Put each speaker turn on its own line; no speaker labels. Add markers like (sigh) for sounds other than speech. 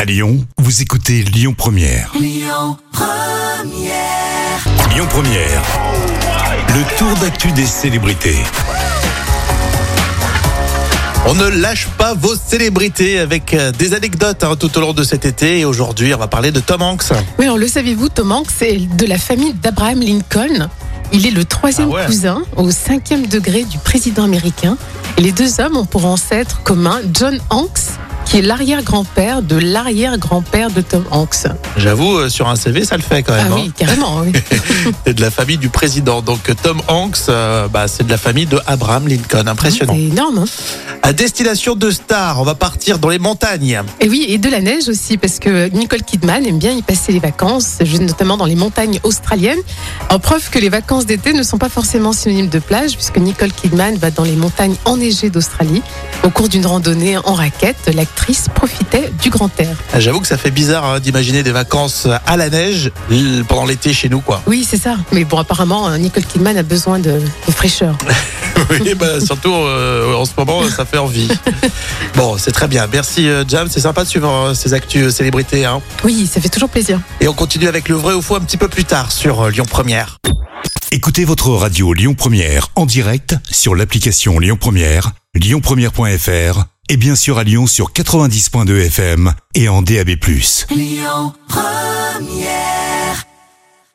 À Lyon, vous écoutez Lyon Première. Lyon Première. Le tour d'actu des célébrités.
On ne lâche pas vos célébrités avec euh, des anecdotes hein, tout au long de cet été. Et aujourd'hui, on va parler de Tom Hanks.
Oui, alors le savez-vous, Tom Hanks est de la famille d'Abraham Lincoln. Il est le troisième
Ah ouais.
cousin au cinquième degré du président américain. Et les deux hommes ont pour ancêtre commun John Hanks, qui est l'arrière-grand-père de l'arrière-grand-père de Tom Hanks.
J'avoue, euh, sur un CV, ça le fait quand
Ah
même. hein.
oui, carrément. oui.
C'est de la famille du président. Donc euh, Tom Hanks, euh, bah, c'est de la famille de Abraham Lincoln. (laughs)
C'est
Impressionnant.
énorme. hein.
À destination de stars, on va partir dans les montagnes.
Et oui, et de la neige aussi, parce que Nicole Kidman aime bien y passer les vacances, notamment dans les montagnes australiennes. En preuve que les vacances d'été ne sont pas forcément synonymes de plage, puisque Nicole Kidman va dans les montagnes enneigées d'Australie. Au cours d'une randonnée en raquette, l'actrice profitait du grand air.
Ah, J'avoue que ça fait bizarre hein, d'imaginer des vacances euh, à la neige l- pendant l'été chez nous,
(laughs)
quoi.
Oui, c'est ça. Mais bon, apparemment, euh, Nicole Kidman a besoin de, de fraîcheur.
Oui, bah, surtout euh, en ce moment, ça fait
(laughs)
envie. Bon, c'est très bien. Merci euh, Jam, c'est sympa de suivre euh, ces actus euh, célébrités. hein.
Oui, ça fait toujours plaisir.
Et on continue avec le vrai ou faux un petit peu plus tard sur euh, Lyon Première.
Écoutez votre radio Lyon Première en direct sur l'application Lyon Première, lyonpremière.fr et bien sûr à Lyon sur 90.2 FM et en DAB+.